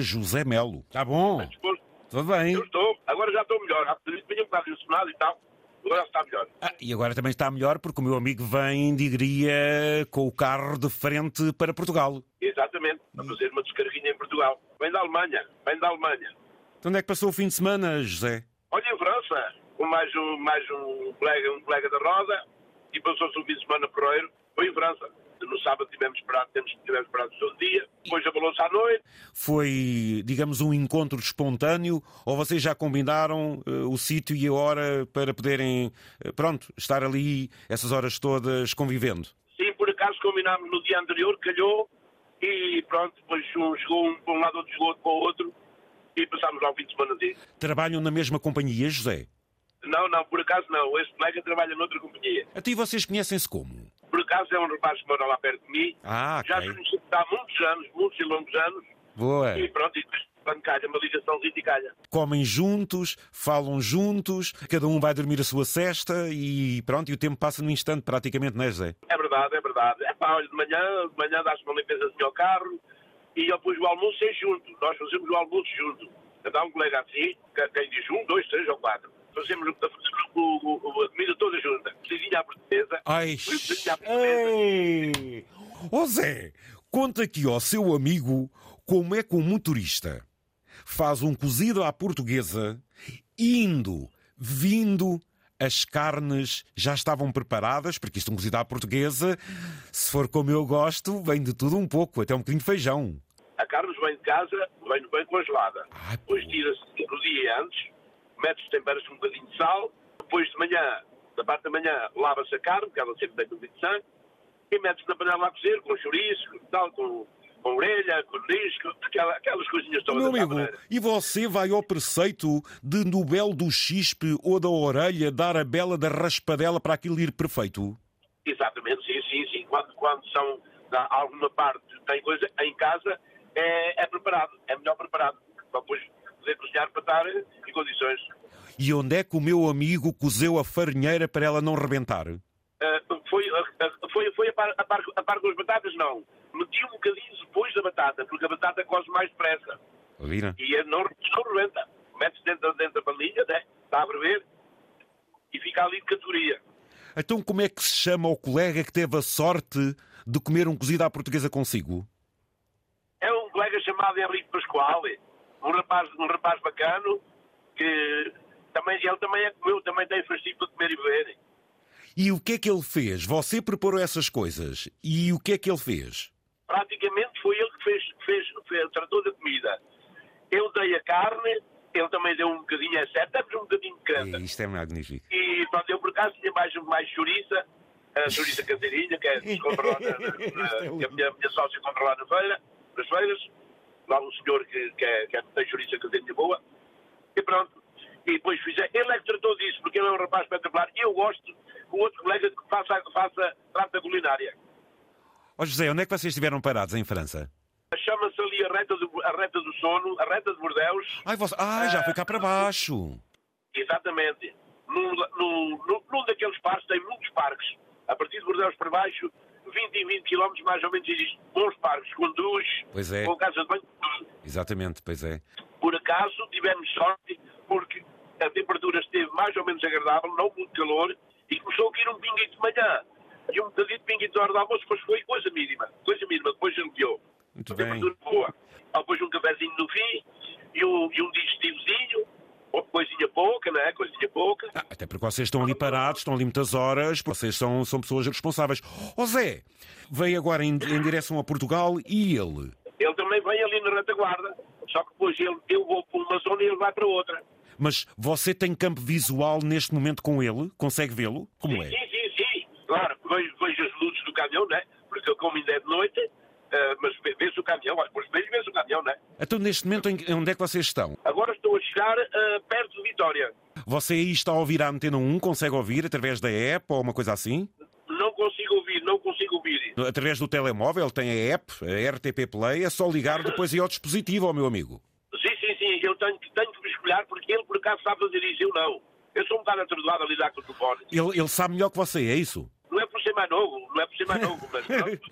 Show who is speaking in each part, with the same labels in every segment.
Speaker 1: José Melo. Está
Speaker 2: Está
Speaker 1: Tá bom?
Speaker 2: disposto?
Speaker 1: Tudo bem.
Speaker 2: Eu estou, agora já estou melhor. Há bocadinho tinha um bocado emocionado e tal. Agora está melhor.
Speaker 1: Ah, e agora também está melhor porque o meu amigo vem de Igria com o carro de frente para Portugal.
Speaker 2: Exatamente, a fazer uma descarguinha em Portugal. Vem da Alemanha, vem da Alemanha.
Speaker 1: Então onde é que passou o fim de semana, José?
Speaker 2: Olha, em França, com mais um, mais um, colega, um colega da roda, e passou-se um fim de semana porreiro, foi em França. No sábado tivemos esperado, temos, tivemos esperado todo o dia, depois abalou-se à noite,
Speaker 1: Foi, digamos, um encontro espontâneo ou vocês já combinaram eh, o sítio e a hora para poderem, eh, pronto, estar ali essas horas todas convivendo?
Speaker 2: sim, por acaso combinámos no dia anterior, calhou, e pronto, depois um chegou um para um lado, outro chegou outro para o outro, e passámos lá o fim de semana assim.
Speaker 1: Trabalham na mesma companhia, José?
Speaker 2: Não, não, por acaso não, este colega trabalha noutra companhia.
Speaker 1: Até vocês conhecem-se como?
Speaker 2: Por acaso é um rapaz que mora lá perto de mim,
Speaker 1: Ah,
Speaker 2: já nos
Speaker 1: ok.
Speaker 2: conhecemos há muitos anos, muitos e longos anos,
Speaker 1: Boa.
Speaker 2: e pronto, e depois quando calha uma ligação e calha.
Speaker 1: Comem juntos, falam juntos, cada um vai dormir a sua cesta e pronto, e o tempo passa num instante praticamente, não é, José?
Speaker 2: É verdade, é verdade. É pá, olha, de manhã, de manhã dá-se uma limpeza assim ao carro e eu pus o almoço é junto. Nós fazemos o almoço junto. Dá um colega assim, que- quem diz um, dois, três ou quatro. Fazemos, o- fazemos o, o- a comida toda junta. Cozinha à portuguesa.
Speaker 1: Ai,
Speaker 2: cozinha à portuguesa.
Speaker 1: ei. Ó Zé, conta aqui ao seu amigo como é que um motorista faz um cozido à portuguesa indo, vindo, as carnes já estavam preparadas, porque isto é um cozido à portuguesa, se for como eu gosto, vem de tudo um pouco, até um bocadinho de feijão.
Speaker 2: A Carlos vem de casa, vem bem congelada.
Speaker 1: Ai, pô.
Speaker 2: Depois tira-se no dia antes, mete os temperos com um bocadinho de sal. Depois de manhã, da parte da manhã, lava-se a carne, porque ela sempre tem um bocadinho de sangue. E mete-se na panela a cozer, com chouriço, com tal, com, com orelha, com risco, aquela, aquelas coisinhas todas.
Speaker 1: Meu
Speaker 2: à
Speaker 1: amigo,
Speaker 2: maneira.
Speaker 1: e você vai ao preceito de Nobel do Chispe ou da orelha dar a bela da raspadela para aquilo ir perfeito?
Speaker 2: Exatamente, sim, sim, sim. Quando, quando são há alguma parte, tem coisa em casa, é, é preparado, é melhor preparado. Para depois poder cozinhar para estar em condições.
Speaker 1: E onde é que o meu amigo cozeu a farinheira para ela não rebentar?
Speaker 2: Ah, foi, ah, ah, foi, foi a, par, a, par, a par com as batatas, não. Meti um bocadinho depois da batata, porque a batata coze mais depressa.
Speaker 1: Vira.
Speaker 2: E é- não, não rebenta. Metes dentro, dentro da panilha, né? está a beber, e fica ali de categoria.
Speaker 1: Então como é que se chama o colega que teve a sorte de comer um cozido à portuguesa consigo?
Speaker 2: É um colega chamado Henrique Pasquale, um rapaz, um rapaz bacano, que também, ele também é como eu, também tem fascínio para comer e beber.
Speaker 1: E o que é que ele fez? Você preparou essas coisas. E o que é que ele fez?
Speaker 2: praticamente foi ele que fez, fez, fez- tratou da comida. Eu dei a carne, ele também deu um bocadinho, é certo, demos um bocadinho de canta.
Speaker 1: Isto é magnífico.
Speaker 2: E pronto, eu por acaso tinha mais, mais chouriça, a chouriça caseirinha, que é que se compra lá na,
Speaker 1: Isto
Speaker 2: na-
Speaker 1: é
Speaker 2: que a
Speaker 1: lindo.
Speaker 2: minha, minha sócia compra lá na feira, nas feiras, lá um senhor que, que, é, que é, tem chouriça caseirinha boa, e pronto. E depois fiz, ele é que tratou disso, porque ele é um rapaz espetacular, e eu gosto que o outro colega que faça, faça trata da culinária.
Speaker 1: Ó José, onde é que vocês estiveram parados em França?
Speaker 2: Chama-se ali a reta, do, a reta do sono, a reta de Bordeus,
Speaker 1: Ai, você... ah, já foi cá para baixo.
Speaker 2: exatamente. Num, num, num- num daqueles parques, tem muitos parques. A partir de Bordeus para baixo, 20 e 20 km mais ou menos existem bons parques, com duches,
Speaker 1: Pois é.
Speaker 2: com casas de banho, tudo.
Speaker 1: Exatamente, pois é.
Speaker 2: Por acaso tivemos sorte, porque a temperatura esteve mais ou menos agradável, não muito calor, e começou a cair um pinguinho de manhã. E um bocadinho de pinguinho de hora de almoço, mas foi coisa mínima, coisa mínima, depois aliviou.
Speaker 1: Muito
Speaker 2: Uma
Speaker 1: bem.
Speaker 2: temperatura boa. Ah, Depois um cafezinho no fim e um, e um digestivozinho, ou coisinha pouca, não é? Coisinha pouca.
Speaker 1: Ah, até porque vocês estão ali parados, estão ali muitas horas, porque vocês são, são pessoas responsáveis. Ó Zé, veio agora em, em direção a Portugal e ele.
Speaker 2: Ele também vem ali na retaguarda, só que depois ele, eu vou para uma zona e ele vai para outra.
Speaker 1: Mas você tem campo visual neste momento com ele? Consegue vê-lo? Como é?
Speaker 2: Sim, sim, sim. Claro, vejo, vejo as luzes do caminhão, não é? Porque eu como ainda é de noite, ah, mas vê- vê-se o caminhão, olha, depois vejo, vê-se o caminhão, não é?
Speaker 1: Então, neste momento, em- onde é que vocês estão?
Speaker 2: Agora estou a chegar ah, perto de Vitória.
Speaker 1: Você aí está a ouvir a Antena 1? Consegue ouvir através da app ou uma coisa assim?
Speaker 2: Não consigo ouvir, não consigo ouvir.
Speaker 1: Através do telemóvel tem a app, a RTP Play, é só ligar depois aí ao dispositivo, ó meu amigo.
Speaker 2: Sim, sim, sim, eu tenho, que- tenho que me escolher porque ele por acaso sabe fazer isso, eu não. Eu sou um bocado atordoado a lidar com o telefone.
Speaker 1: Ele, ele sabe melhor que você, é isso?
Speaker 2: Não é por ser mais novo, não é por ser mais novo, mas pronto,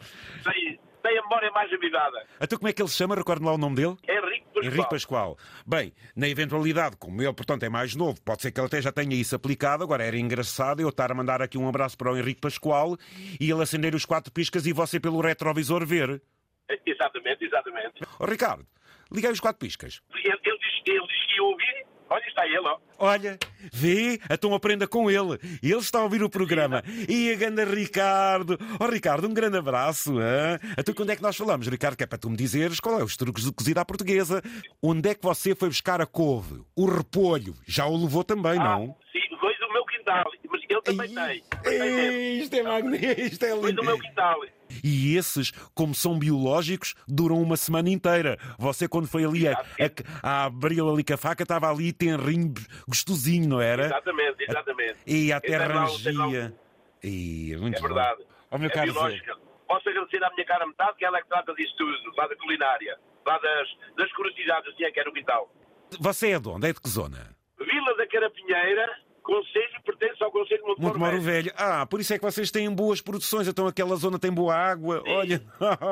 Speaker 2: sei, tem a memória mais É avivada.
Speaker 1: Então como é que ele se chama? Recordo-me lá o nome dele.
Speaker 2: Henrique Pascoal.
Speaker 1: Henrique Pascoal. Bem, na eventualidade, como ele, portanto, é mais novo, pode ser que ele até já tenha isso aplicado. Agora era engraçado eu estar a mandar aqui um abraço para o Henrique Pascoal e ele acender os quatro piscas e você pelo retrovisor ver.
Speaker 2: É, Exatamente, exatamente.
Speaker 1: Ó Ricardo, liguei os quatro piscas.
Speaker 2: Ele, ele disse, ele disse que ia ouvir. Olha, está ele, ó.
Speaker 1: Olha, vê, então aprenda com ele. Ele está a ouvir o programa. E a ganda Ricardo. Oh, Ricardo, um grande abraço. hã? Então, quando é que nós falamos, Ricardo? Que é para tu me dizeres qual é os truques de cozida à portuguesa. Onde é que você foi buscar a couve? O repolho? Já o levou também, não?
Speaker 2: Ah, sim, dois do meu quintal. Mas ele também
Speaker 1: Ei,
Speaker 2: tem. Tem mesmo.
Speaker 1: Isto é magnífico. Isto é
Speaker 2: Dois do
Speaker 1: lindo.
Speaker 2: meu quintal.
Speaker 1: E esses, como são biológicos, duram uma semana inteira. Você, quando foi ali a, a, a abri-lo ali com a faca, estava ali tenrinho, gostosinho, não era?
Speaker 2: Exatamente, exatamente.
Speaker 1: E até
Speaker 2: Tem lá um- tem lá um-
Speaker 1: rangia. E, muito
Speaker 2: É
Speaker 1: bom.
Speaker 2: verdade.
Speaker 1: Ó, meu
Speaker 2: é
Speaker 1: caro Zé.
Speaker 2: biológica. Posso agradecer à minha cara metade, que ela é que trata disso tudo, lá da culinária, lá das, das curiosidades, assim é que é no quintal.
Speaker 1: Você é de onde? É de que zona?
Speaker 2: Vila da Carapinheira, conselho, pertence ao Conselho de Montemor
Speaker 1: Montemoro
Speaker 2: Velho.
Speaker 1: Velho. Ah, por isso é que vocês têm boas produções. Então aquela zona tem boa água. Olha.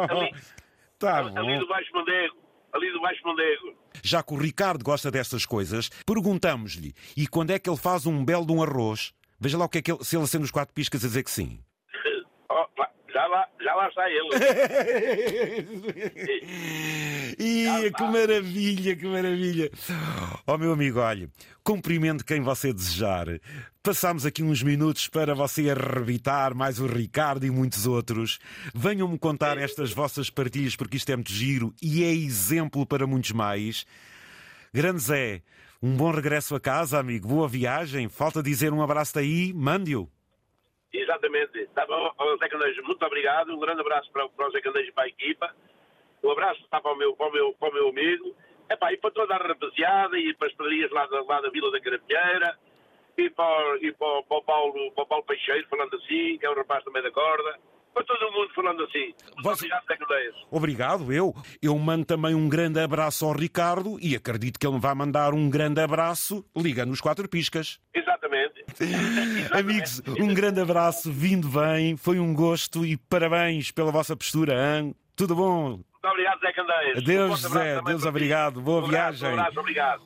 Speaker 2: Ali-
Speaker 1: tá
Speaker 2: Ali- Ali
Speaker 1: bom.
Speaker 2: do Baixo Mondego, ali do Baixo Mondego.
Speaker 1: Já que o Ricardo gosta destas coisas, perguntamos-lhe e quando é que ele faz um belo de um arroz? Veja lá o que é que ele, se ele acende os quatro piscas a dizer que sim.
Speaker 2: Ó, pá, já, lá, já lá está ele.
Speaker 1: Ia, que maravilha, que maravilha. Ó meu amigo, olha, cumprimento quem você desejar. Passámos aqui uns minutos para você arrebitar mais o Ricardo e muitos outros. Venham-me contar estas vossas partilhas, porque isto é muito giro e é exemplo para muitos mais. Grande Zé, um bom regresso a casa, amigo. Boa viagem. Falta dizer um abraço daí. Mande-o.
Speaker 2: Exatamente. Está bom, ó, Zé Candejo, muito obrigado. Um grande abraço para, para o Zé Candejo e para a equipa. Um abraço está para, o meu, para, o meu, para o meu amigo. Epá, e para toda a rapaziada e para as padarias lá, da- lá da Vila da Carapinheira. E para, o- e para, o- para o Paulo, para o Paulo Peixeiro, falando assim, que é um rapaz também da corda. Para todo o mundo falando assim. Muito
Speaker 1: Você-
Speaker 2: obrigado, Zé Candejo.
Speaker 1: Obrigado, eu. Eu mando também um grande abraço ao Ricardo e acredito que ele me vai mandar um grande abraço ligando os quatro piscas.
Speaker 2: Exatamente.
Speaker 1: Amigos, um grande abraço, vindo bem, foi um gosto e parabéns pela vossa postura, hein? Tudo bom?
Speaker 2: Muito obrigado, Zé
Speaker 1: Adeus,
Speaker 2: Candejo. forte abraço
Speaker 1: Zé.
Speaker 2: também
Speaker 1: Adeus,
Speaker 2: para ti.
Speaker 1: obrigado. Boa
Speaker 2: Um abraço,
Speaker 1: viagem.
Speaker 2: Um abraço, obrigado.